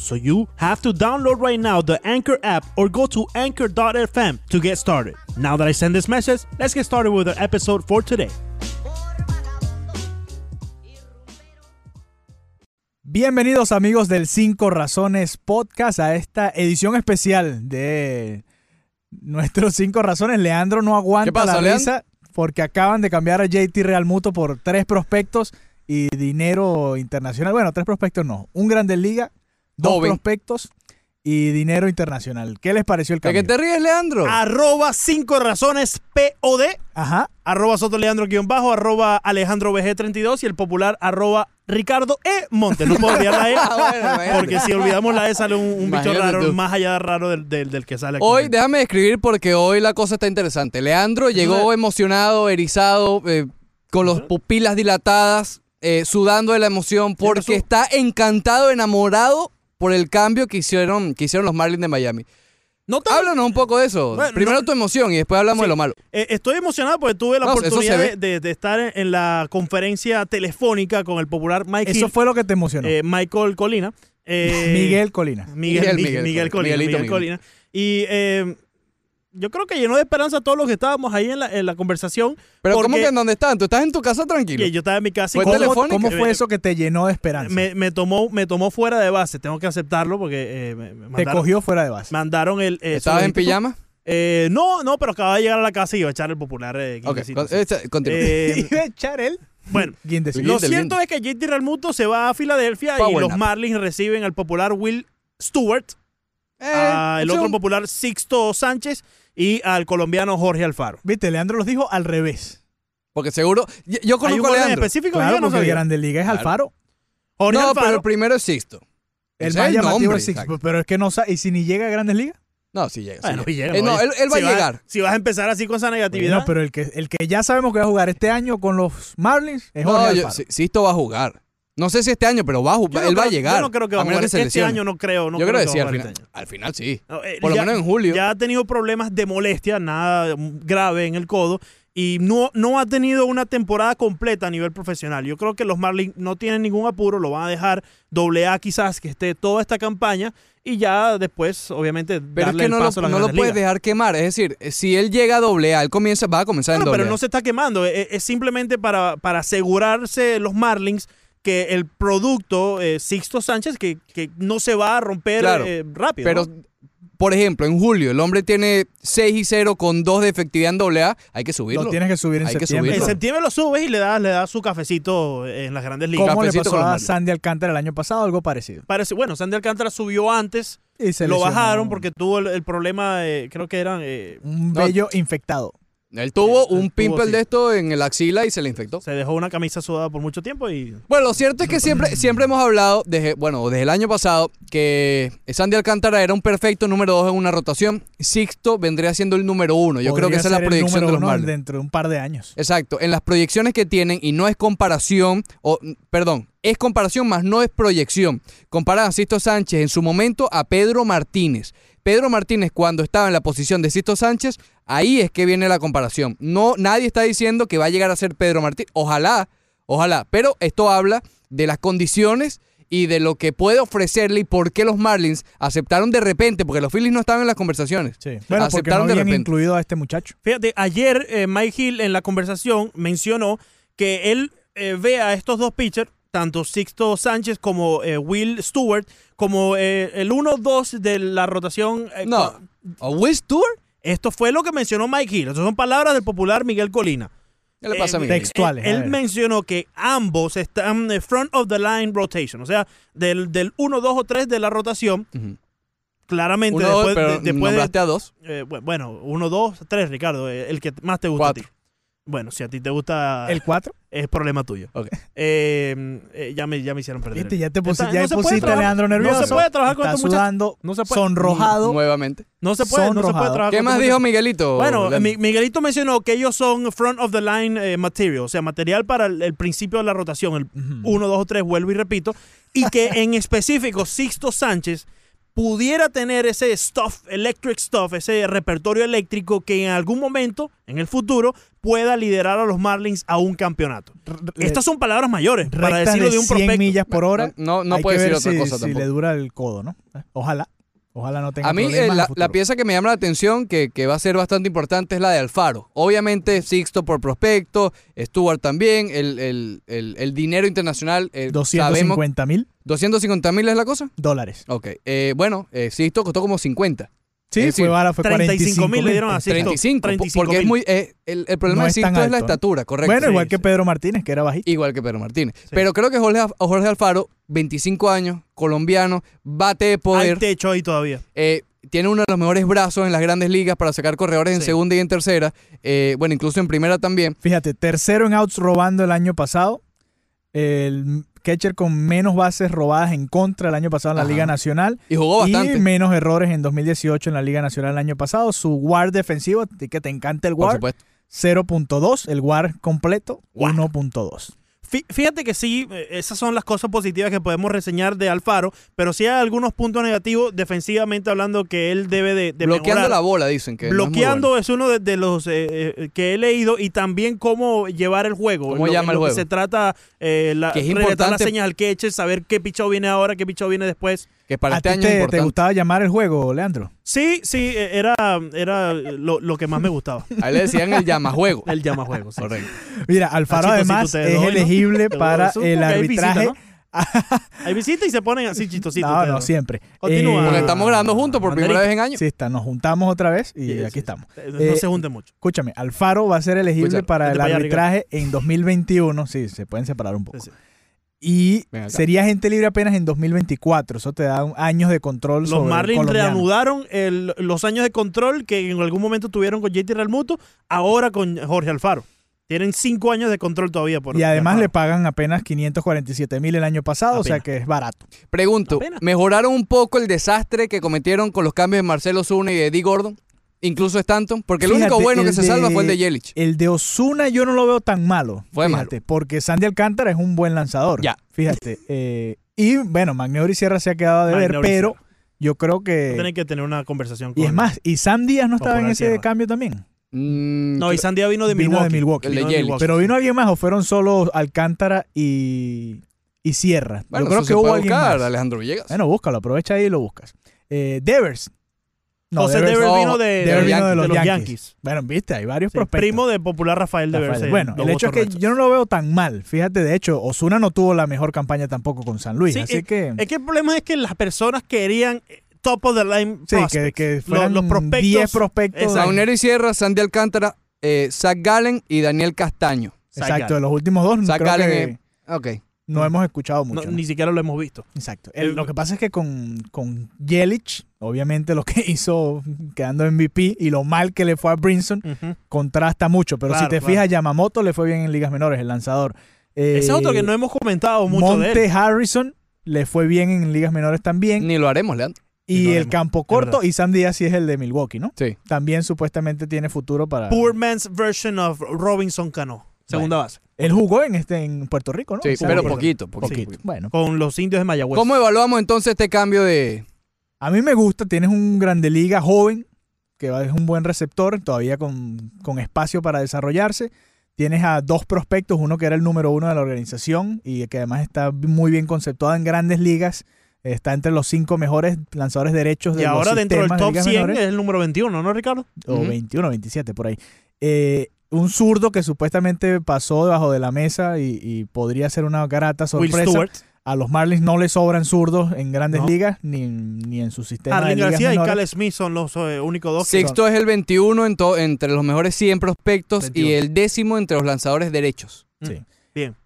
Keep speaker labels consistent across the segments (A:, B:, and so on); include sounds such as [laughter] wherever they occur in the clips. A: So you have to download right now the Anchor app or go to anchor.fm to get started. Now that I send this message, let's get started with our episode for today.
B: Bienvenidos amigos del Cinco Razones Podcast a esta edición especial de nuestros Cinco Razones. Leandro no aguanta
C: ¿Qué pasa,
B: la
C: Lean?
B: risa porque acaban de cambiar a JT Real Muto por tres prospectos y dinero internacional. Bueno, tres prospectos no. Un Grande Liga, dos
C: Joven.
B: prospectos y dinero internacional. ¿Qué les pareció el
C: ¿De qué
B: cambio?
C: te ríes, Leandro?
A: Ah, Arroba 5 razones POD.
B: Ajá.
A: Arroba Soto Leandro guión bajo, arroba Alejandro BG32 y el popular arroba Ricardo E. Montes. No puedo olvidar
C: [laughs]
A: la E.
C: Ah, bueno, imagínate.
A: Porque si olvidamos la E sale un, un bicho
C: Imagínate
A: raro,
C: tú.
A: más allá de raro del, del- del que sale aquí.
C: Hoy déjame describir porque hoy la cosa está interesante. Leandro llegó emocionado, erizado, eh, con las pupilas dilatadas, eh, sudando de la emoción
A: pasó?
C: porque está encantado, enamorado por el cambio que hicieron, que hicieron los Marlins de Miami.
A: no te-
C: Háblanos un poco de eso.
A: Bueno,
C: Primero
A: no-
C: tu emoción y después hablamos
A: Sí.
C: de lo malo.
A: Eh, estoy emocionado porque tuve la
C: No, eso
A: oportunidad
C: se
A: de,
C: ve.
A: de- de estar en, en la conferencia telefónica con el popular Mike
B: Eso
A: Hill,
B: fue lo que te emocionó.
A: eh, Michael
C: [laughs]
A: Colina. Eh,
B: Miguel Colina.
A: Miguel,
C: Miguel,
A: Mi- Miguel,
C: Miguel
A: Colina.
C: Colina. Miguelito
A: Miguel Colina. Y eh, yo creo que llenó de esperanza a todos los que estábamos ahí en la, en la conversación.
C: Pero ¿cómo
A: porque-
C: que en dónde están? ¿Tú estás en tu casa tranquilo?
A: que yo estaba en mi casa y
C: Fue
A: como-
B: ¿Cómo,
C: telefónica.
B: cómo fue
A: Eh,
B: eso que te llenó de
C: Ah,
B: esperanza?
A: me, me tomó, me tomó fuera de base, tengo que aceptarlo porque eh, me, me
B: te
A: mandaron,
B: cogió fuera de base.
A: mandaron el... eh,
C: ¿Estabas en
A: solicito.
C: pijama?
A: Eh, no, no, pero acababa de llegar a la casa y iba a echar el popular. eh,
C: Ok,
A: guindecito,
C: con-
A: sí.
C: eh, continúa. [laughs]
A: Eh,
B: [laughs] Iba a echar él.
A: bueno,
B: Guindecito.
A: Lo
C: Lindo,
A: cierto
C: lindo.
A: es que JT Realmuto se va a Filadelfia y
C: Power
A: los
C: nap.
A: Marlins reciben al popular Will Stewart, al
C: Eh, o sea,
A: ah, otro
C: un-
A: popular Sixto Sánchez y al colombiano Jorge Alfaro.
B: Viste, Leandro los dijo al revés.
C: Porque seguro... Yo, yo
A: ¿Hay un
C: conozco a
A: orden
C: Leandro.
A: específico?
B: Claro,
A: Yo no
B: porque el
A: sabía.
B: Grande Liga es
C: Claro.
B: Alfaro.
A: Jorge
C: No,
A: Alfaro.
C: pero el primero es Sixto.
B: El
C: Ese
B: más
C: es
B: llamativo
C: nombre,
B: es Sixto,
C: exacto.
B: Pero es que no sabe. ¿Y si ni llega a Grandes Ligas?
C: No, sí llega. sí
A: Bueno,
C: llega.
A: llega,
C: Eh, no,
A: oye.
C: él, él va
A: Si
C: a
A: vas-
C: llegar.
A: Si vas a empezar así con esa negatividad.
B: No, pero el que, el que ya sabemos que va a jugar este año con los Marlins es Jorge
C: No, yo-
B: Alfaro.
C: Si- Sisto va a jugar. No sé si este año, pero va a
A: yo
C: jugar.
A: no
C: él va a
A: creo-
C: llegar.
A: Yo no creo que va a
C: menos
A: jugar.
C: se
A: Este
C: lesione.
A: año no creo. No
C: yo creo
A: creo
C: que sí,
A: va a
C: al
A: jugar
C: final.
A: este año.
C: Al final sí.
A: No, eh,
C: Por
A: ya-
C: lo menos en julio.
A: ya ha tenido problemas de molestia, nada mm, grave en el codo, y no, no ha tenido una temporada completa a nivel profesional. Yo creo que los Marlins no tienen ningún apuro, lo van a dejar doble A quizás que esté toda esta campaña y ya después, obviamente,
C: pero es
A: darle
C: que
A: el
C: no
A: paso
C: lo,
A: a las
C: no lo
A: Grandes
C: puedes
A: Ligas.
C: dejar quemar. Es decir, eh, si él llega a doble A, él comienza, va a comenzar
A: Claro,
C: en doble
A: pero no se está quemando, es, es simplemente para, para asegurarse los Marlins que el producto eh, Sixto Sánchez que, que no se va a romper
C: Claro,
A: eh, rápido.
C: Pero,
A: ¿no?
C: por ejemplo, en julio, el hombre tiene 6 y 0 con 2 de efectividad en doble A. Hay que subirlo.
B: Lo tienes que subir en
C: Hay que
B: septiembre.
A: en
C: subirlo.
A: septiembre lo subes y le das, le das su cafecito en las grandes ligas.
B: ¿Cómo le
C: Cafecito
B: pasó
C: con los
B: a
C: Marlins.
B: Sandy Alcántara el año pasado? Algo parecido.
A: Parece, bueno, Sandy Alcántara subió antes,
B: Y se
A: lo
B: lesionó
A: bajaron porque tuvo el, el problema, de- creo que eran, eh,
B: Un
C: No.
B: bello infectado.
C: Él tuvo
A: Él
C: un
A: tuvo,
C: pimple
A: sí.
C: de esto en el axila y se le infectó.
A: se dejó una camisa sudada por mucho tiempo y
C: Bueno, lo cierto es que siempre, siempre hemos hablado, desde, bueno, desde el año pasado, que Sandy Alcántara era un perfecto número 2 en una rotación. Sixto vendría siendo el número 1. Yo creo que
B: Podría
C: esa es la
B: ser el
C: proyección
B: número
C: de los
B: uno
C: Marlins. Eh,
B: Dentro de un par de años.
C: Exacto. En las proyecciones que tienen, y no es comparación, o mm, perdón, es comparación más no es proyección. Comparan a Sisto Sánchez en su momento a Pedro Martínez. Pedro Martínez, cuando estaba en la posición de Sisto Sánchez, ahí es que viene la comparación. No, nadie está diciendo que va a llegar a ser Pedro Martínez. Ojalá, ojalá. Pero esto habla de las condiciones y de lo que puede ofrecerle y por qué los Marlins aceptaron de repente, porque los Phillies no estaban en las conversaciones.
B: Sí. Bueno, porque no
C: Aceptaron de
B: habían
C: repente.
B: incluido a este muchacho.
A: Fíjate, ayer eh, Mike Hill en la conversación mencionó que él eh, ve a estos dos pitchers, tanto Sixto Sánchez como eh, Will Stewart, como eh, el 1-2 de la rotación. eh,
C: No.
A: cua-
C: ¿O Will Stewart?
A: Esto fue lo que mencionó Mike Hill. Estas son palabras del popular Miguel Colina.
C: ¿Qué le pasa a
A: Eh,
C: mí?
B: texto. Textuales,
A: Él,
B: a
A: él
B: ver.
A: mencionó que ambos están eh, front of the line rotation, o sea, del, del 1, 2 o 3 de la rotación,
C: Ujú.
A: claramente
C: Uno,
A: después,
C: pero
A: de- después de-
C: nombraste a dos.
A: eh, bu- bueno, 1, 2, 3, Ricardo, eh, el que más te gusta a ti.
C: Cuatro.
A: Bueno, si a ti te gusta,
B: ¿El 4?
A: es problema tuyo.
C: Ok.
A: Eh, eh, ya, me, ya me hicieron perder.
B: Viste,
A: el-
B: ya te pusi-
A: Está-
B: ya
A: no se puede
B: pusiste a
A: trabajar-
B: Leandro
A: no se
B: nervioso.
A: puede trabajar con
B: Está
A: estos muchachos.
B: sudando,
A: No se puede.
B: sonrojado.
C: Mm, Nuevamente.
A: No se puede, no se puede
B: sonrojado.
A: trabajar.
C: ¿Qué
A: con
C: más
A: estos
C: dijo Oh,
A: muchachos.
C: Miguelito?
A: Bueno,
C: Leandro?
A: Mi- Miguelito mencionó que ellos son front of the line eh, material, o sea, material para el, el principio de la rotación, el
B: Ujú.
A: 1, 2 o 3, vuelvo y repito, y que
B: [laughs]
A: en específico Sixto Sánchez pudiera tener ese stuff, electric stuff, ese repertorio eléctrico que en algún momento, en el futuro, pueda liderar a los Marlins a un campeonato.
B: Le-
A: Estas son palabras mayores para
B: rectas
A: decirlo de un
B: 100
A: prospecto.
B: millas por hora.
C: No, no
B: Hay
C: puede
B: que ver
C: decir otra
B: si,
C: cosa
B: si
C: tampoco.
B: le dura el codo, ¿no? Eh, Ojalá. Ojalá no tenga
C: A mí eh,
B: problemas
C: la,
B: a futuro.
C: la pieza que me llama la atención, que, que va a ser bastante importante, es la de Alfaro. Obviamente Sixto por prospecto, Stuart también, el, el- el- el dinero internacional, eh, sabemos...
B: 250 mil
C: 250 mil es la cosa.
B: dólares.
C: Ok, eh, bueno, eh, Sixto costó como 50.
B: Sí,
C: Es decir,
B: fue barato, fue
A: 35 mil le dieron a Sixto.
C: 35, po-
A: 35
C: porque es
A: mil.
C: muy... eh, el, el problema
B: No
C: de
B: es tan
C: Sixto es la
B: alto, ¿no?
C: estatura, correcto.
B: Bueno,
A: Sí,
B: igual que
A: sí.
B: Pedro Martínez, que era bajito.
C: Igual que Pedro Martínez. Pero creo que Jorge, Af- Jorge Alfaro, 25 años, colombiano, bate de
A: Hay
C: poder,
A: techo ahí todavía.
C: eh, tiene uno de los mejores brazos en las grandes ligas para sacar corredores en
A: Sí.
C: segunda y en tercera, eh, bueno, incluso en primera también.
B: Fíjate, tercero en outs robando el año pasado. El catcher con menos bases robadas en contra el año pasado en la
C: Ajá.
B: Liga Nacional.
C: Y jugó bastante.
B: Y menos errores en 2018 en la Liga Nacional el año pasado. Su WAR defensivo, a ti que te encanta el
C: Por
B: WAR,
C: supuesto.
B: 0.2. El WAR completo,
A: Guau.
B: 1.2.
A: Fí- Fíjate que sí, eh, esas son las cosas positivas que podemos reseñar de Alfaro, pero sí hay algunos puntos negativos defensivamente hablando que él debe de, de
C: Bloqueando
A: mejorar.
C: la bola, dicen que. no es muy
A: Bloqueando
C: bueno.
A: es, uno de, de los eh, eh, que he leído y también cómo llevar el juego.
C: ¿Cómo
A: Lo-
C: llama el
A: lo que
C: juego?
A: se trata, eh, la,
C: Que es
A: relatar las
C: importante.
A: señas al queche, saber qué pichado viene ahora, qué pichado viene después.
C: Que para
B: ¿A
C: este
B: ti
C: año es
B: te, te
C: importante.
B: gustaba llamar el juego, Leandro?
A: Sí, sí, eh, era, era lo, lo que más me
C: [laughs]
A: gustaba,
C: A él le decían el llamajuego.
A: [laughs] el llamajuegos. sí.
C: Correcto.
B: Mira, Alfaro
A: Nachito, si Ah, tú [laughs]
B: además
A: te
B: es
A: doy, ¿no?
B: elegible
A: Pero
B: para
A: eso es
B: el
A: porque hay visita,
B: arbitraje.
A: ¿no? Hay visitas y se ponen así chistositos.
B: No,
A: ustedes
B: no,
A: dos.
B: siempre.
A: Continúa.
C: Porque
B: Eh,
C: estamos grabando juntos por primera
A: Mandarito.
C: vez en año.
B: Sí, está, nos juntamos otra vez y
A: Sí, sí,
B: aquí
A: sí.
B: estamos.
A: No
B: Eh,
A: se junten mucho.
B: Escúchame, Alfaro va a ser elegible
C: Escúchalo,
B: para
A: vete
B: el
A: para allá,
B: arbitraje en 2021. Sí, se pueden separar un poco.
A: Sí, sí.
B: Y
C: Ven acá.
B: sería gente libre apenas en 2024. Eso te da un- años de control
A: Los
B: sobre el
A: Marlins
B: colombiano.
A: reanudaron el- los años de control que en algún momento tuvieron con JT Realmuto, ahora con Jorge Alfaro. Tienen cinco años de control todavía por
B: Y además le
A: Alfaro.
B: pagan apenas 547 mil el año pasado, o sea
A: Apenas.
B: que es barato.
C: Pregunto,
A: Apenas.
C: ¿mejoraron un poco el desastre que cometieron con los cambios de Marcelo Zuna y de Eddie Gordon? Incluso Stanton. Porque el único
B: Fíjate,
C: bueno que
B: el
C: se salva
B: de-
C: fue el de Yelich.
B: El de Osuna yo no lo veo tan malo.
C: Fue
B: fíjate, porque Sandy Alcántara es un buen lanzador.
C: Ya.
B: Fíjate. [laughs] eh, y bueno, Magneuri Sierra se ha quedado de ver,
A: Magneuri
B: pero
A: Sierra.
B: yo creo
A: Tienen
B: que.
A: que tener una conversación con
B: Y es más, y Sam Díaz no estaba en
A: Popular
B: ese
A: Sierra.
B: cambio también.
C: Mm,
A: No, y
C: cl-
A: Sandia vino de
B: Vino
A: Milwaukee.
B: de Milwaukee.
C: El de
A: Vino
C: Yelich.
B: Pero vino alguien más o fueron solo Alcántara y, y Sierra.
C: bueno,
B: yo creo
C: eso
B: que
C: se
B: hubo
C: puede
B: alguien
C: buscar,
B: más.
C: Alejandro Villegas.
B: Bueno, búscalo, aprovecha ahí y lo buscas. Eh, Devers. No,
A: José
B: Devers.
A: Devers
C: no,
A: vino de,
B: Devers vino de los
A: Yankees.
B: Yankees. Bueno, viste, hay varios
A: Sí,
B: prospectos.
A: primo de popular Rafael Devers.
B: Rafael.
A: eh,
B: Bueno,
A: los
B: el hecho es
A: votos
B: que
A: rechos.
B: yo no lo veo tan mal. Fíjate, de hecho, Osuna no tuvo la mejor campaña tampoco con San Luis.
A: Sí, eh,
B: así que,
A: Es que el problema es que las personas querían eh, top of the line
B: sí, que,
A: prospects.
B: que
A: Los-
B: fueran
A: los, prospectos.
B: 10 prospectos.
A: Exacto.
B: Exacto,
C: Saunero y Sierra, Sandy Alcántara, eh, Zach Gallen y Daniel Castaño.
A: Exacto.
B: de los últimos dos
C: Zach
B: creo
C: Gallen
B: que
C: es- Ok.
B: no hemos escuchado
A: No,
B: mucho. ¿no?
A: Ni siquiera lo hemos visto.
B: Exacto. El- lo que pasa es que con, con Yelich, obviamente lo que [laughs] hizo quedando MVP y lo mal que le fue a Brinson,
A: Ujú.
B: contrasta mucho. Pero si
A: Claro,
B: te
A: claro.
B: fijas, Yamamoto le fue bien en ligas menores, el lanzador. Eh,
A: Ese es otro que no hemos comentado mucho
B: Monte
A: de él.
B: Harrison le fue bien en ligas menores también.
C: Ni lo haremos, Leandro.
A: Y
B: Y
A: lo
B: el
A: haremos,
B: campo
A: es
B: corto,
A: verdad.
B: y Sam Díaz sí es el de Milwaukee, ¿no?
C: Sí.
B: También supuestamente tiene futuro para...
A: Poor man's version of Robinson Cano. Segunda base.
B: Él jugó en, este, en Puerto Rico, ¿no?
C: Sí,
B: Sam
C: pero
B: Díaz.
C: poquito, poquito.
A: Sí.
C: poquito.
B: Bueno,
A: Con los indios de Mayagüez.
C: ¿Cómo evaluamos entonces este cambio de...?
B: a mí me gusta, tienes un grande liga joven, que va- es un buen receptor, todavía con, con espacio para desarrollarse. Tienes a dos prospectos, uno que era el número uno de la organización y que además está muy bien conceptuado en grandes ligas. Está entre los cinco mejores lanzadores derechos de
A: Y
B: los
A: ahora dentro del
B: sistemas de
A: top
B: ligas
A: 100
B: menores.
A: es el número 21, ¿no, Ricardo?
B: o
C: Ujú.
B: 21, 27, por ahí. Eh, un zurdo que supuestamente pasó debajo de la mesa y, y podría ser una grata
A: Will
B: sorpresa.
A: Stewart,
B: A los Marlins no le sobran zurdos en grandes
A: No.
B: ligas ni, ni en su sistema
A: Arlen
B: de ligas
A: García y
B: menores.
A: Cal Smith son los eh, únicos dos. que-
C: Sexto es el 21 en to- entre los mejores 100 prospectos y
A: 21.
C: el décimo entre los lanzadores derechos.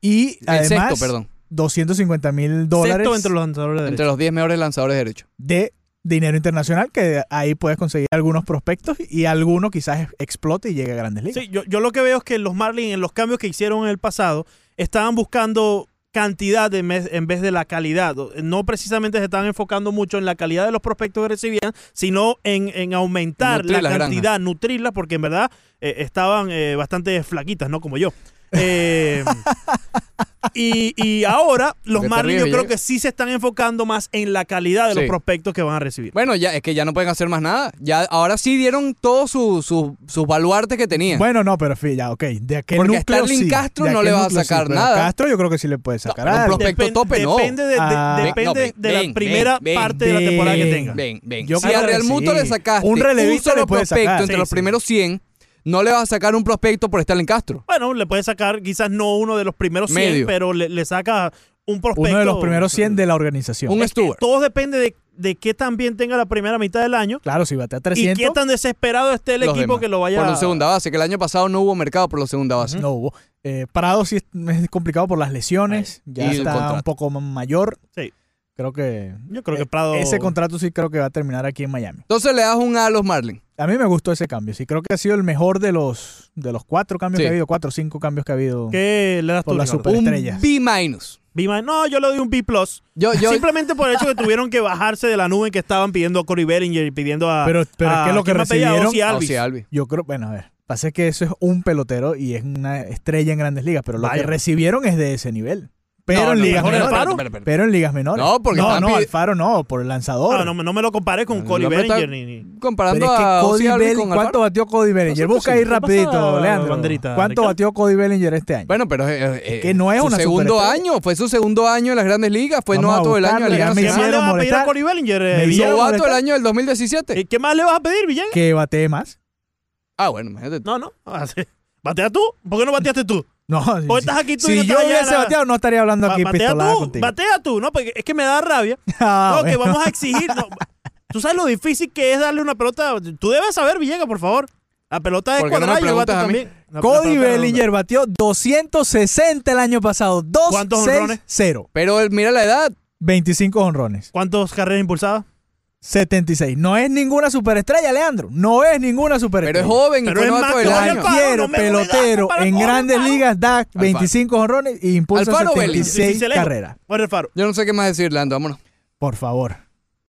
B: Y
C: el
B: además,
C: sexto, perdón.
B: 250 mil dólares
A: Sexto entre los lanzadores de
C: Entre los 10 mejores lanzadores derechos.
B: de dinero internacional, que ahí puedes conseguir algunos prospectos y alguno quizás explote y llegue a grandes ligas.
A: Sí, yo, yo lo que veo es que los Marlins, en los cambios que hicieron en el pasado, estaban buscando cantidad en vez, en vez de la calidad. eh, No precisamente se estaban enfocando mucho en la calidad de los prospectos que recibían, sino en, en aumentar
C: Nutrir
A: la
C: las
A: cantidad, nutrirla, porque en verdad eh, estaban eh, bastante flaquitas, ¿no? Como yo.
C: [laughs]
A: Eh, y, y ahora los
C: Porque te
A: Marlins yo
C: ríes,
A: creo
C: Diego.
A: que sí se están enfocando más en la calidad de los
C: Sí.
A: prospectos que van a recibir.
C: Bueno, ya es que ya no pueden hacer más nada. Ya ahora sí dieron todos sus sus- sus baluartes que tenían.
B: Bueno, no, pero fí- ya, ok. De aquel
C: Porque a
B: núcleo
C: Starlin
B: sí,
C: Castro
B: de
C: no
B: aquel
C: le va a
B: núcleo
C: sacar
B: pero
C: nada.
B: Castro yo creo que sí le puede sacar
C: No, un
B: algo.
C: prospecto
A: Depen-
C: tope, no.
A: Depende de, de-
B: Ah.
A: depende
C: Ven, no,
A: de la
C: ven,
A: primera
C: ven,
A: parte de la
B: ven.
A: temporada que tenga.
C: Ven, ven.
B: Yo
C: si
B: creo
C: a
B: que
C: Real
B: sí.
C: Mundo le sacaste
B: Un
C: un,
B: relevista
C: solo
B: le puede
C: prospecto
B: sacar.
C: entre
A: Sí,
C: los
A: sí.
C: primeros 100, no le vas a sacar un prospecto por Stalin Castro.
A: Bueno, le puede sacar quizás no uno de los primeros 100,
C: Medio.
A: pero le, le saca un prospecto.
B: Uno de los primeros 100 de la organización.
C: Un
A: Es que
C: Stewart.
A: Todo depende de, de qué tan bien tenga la primera mitad del año
B: Claro, si bate a
A: y qué
B: 300,
A: tan desesperado esté el
C: Los
A: equipo
C: demás.
A: que lo vaya
C: Por los segunda base, que el año pasado no hubo mercado por los segunda base.
B: no hubo. Eh, Parado sí es, es complicado por las lesiones.
C: Ahí.
B: Ya
C: Y el
B: está
C: contrato.
B: un poco mayor.
A: Sí.
B: Creo que...
A: Yo creo que Prado.
B: Eh, Ese contrato sí creo que va a terminar aquí en Miami.
C: Entonces le das un A a los Marlins.
B: A mí me gustó ese cambio. Sí, creo que ha sido el mejor de los, de los cuatro cambios
C: Sí.
B: que ha habido, cuatro o cinco cambios que ha habido.
A: ¿Qué le das tú?
B: Por la
A: Ricardo?
B: super-
C: Un
B: Estrellas.
C: B minus.
A: B minus. No, yo le doy un B. Plus.
C: Yo, yo,
A: Simplemente por el hecho que tuvieron que bajarse de la nube en que estaban pidiendo a Corey Bellinger y pidiendo a.
B: Pero, pero
A: a-
B: es que lo que
A: ¿quién más pedía?
B: recibieron,
A: Ozzy
C: Ah,
A: Alvis.
C: sí, Alvis.
B: yo creo, bueno, a ver, pasa que eso es un pelotero y es una estrella en grandes ligas, pero lo
A: Vaya.
B: que recibieron es de ese nivel. Pero
C: No,
B: en
C: no,
B: ligas
A: mejor el
B: menores.
A: Alfaro.
C: espérate, espérate, espérate.
B: Pero en ligas menores.
C: No, porque
B: no,
C: están
B: no,
C: pidi-
B: Alfaro no, por el lanzador.
A: Ah, no, me- no me lo compares con
C: No,
A: Corey
C: no me está-
A: Bellinger. Ni, ni-
C: Comparando
B: Pero es que
C: a Ozzy
B: Cody
C: Alvis
B: Bellinger,
C: con
B: ¿cuánto
C: Alfaro.
B: batió Cody Bellinger?
A: Nosotros
B: Busca
A: sí.
B: ahí
A: ¿Qué pasa,
B: rapidito, Leandro.
A: banderita,
B: ¿Cuánto
A: Ricardo?
B: batió Cody Bellinger este año?
C: Bueno, pero eh, eh,
B: Que no es
C: su
B: una
C: segundo
B: superestrella.
C: año, fue su segundo año en las Grandes Ligas, fue
B: Vamos a
C: novato del año de
B: buscarlo,
C: las
B: ya
C: Grandes
A: ¿Qué
B: me
C: Ligas.
A: más le
B: hicieron
A: vas a pedir a
B: molestar.
A: Corey Bellinger? eh,
B: Me
A: Villegas?
B: hicieron-
C: Novato del
B: molestar.
C: año del 2017.
A: ¿Y ¿Qué más le vas a pedir, Villegas?
B: que batee más.
C: Ah, bueno, imagínate.
A: No, no. así. ¿Batea tú? ¿Por qué no bateaste tú?
B: No, si,
A: ¿O estás aquí tú y
B: si
A: no
B: yo
A: estás allá,
B: hubiese
A: nada?
B: bateado, no estaría hablando
A: Ba-
B: aquí
A: batea
B: pistolada
A: tú,
B: [laughs] contigo.
A: batea tú, ¿no? Porque es que me da rabia.
B: Ah,
A: No, que
B: bueno.
A: vamos a exigir. no. Tú sabes lo difícil que es darle una pelota. Tú debes saber, Villegas, por favor. La pelota es
C: ¿Por qué no me
A: cuadrada y el bate
C: preguntas a mí?
A: también. La- la
B: Cody
A: pelota es redonda.
B: Bellinger batió 260 el año pasado.
A: ¿Cuántos honrones?
B: 260.
C: Pero él- mira la edad.
B: 25 honrones.
A: ¿Cuántos carreras impulsadas?
B: 76. No es ninguna superestrella, Leandro. No es ninguna
C: Pero es
B: superestrella.
C: joven y
A: Pero
C: fue
A: es más
C: novato
A: que
C: del
A: Jorge
C: año.
A: Alfaro.
B: Cualquier
A: no me
B: pelotero
A: jodas,
B: en
A: Alfaro.
B: grandes ligas da 25 honrones y impulsa
C: Alfaro Bellinger.
B: 76
A: Difícil, ¿eh?
B: carreras.
A: Bueno, Faro.
C: Yo no sé qué más decir, Leandro, vámonos.
B: Por favor.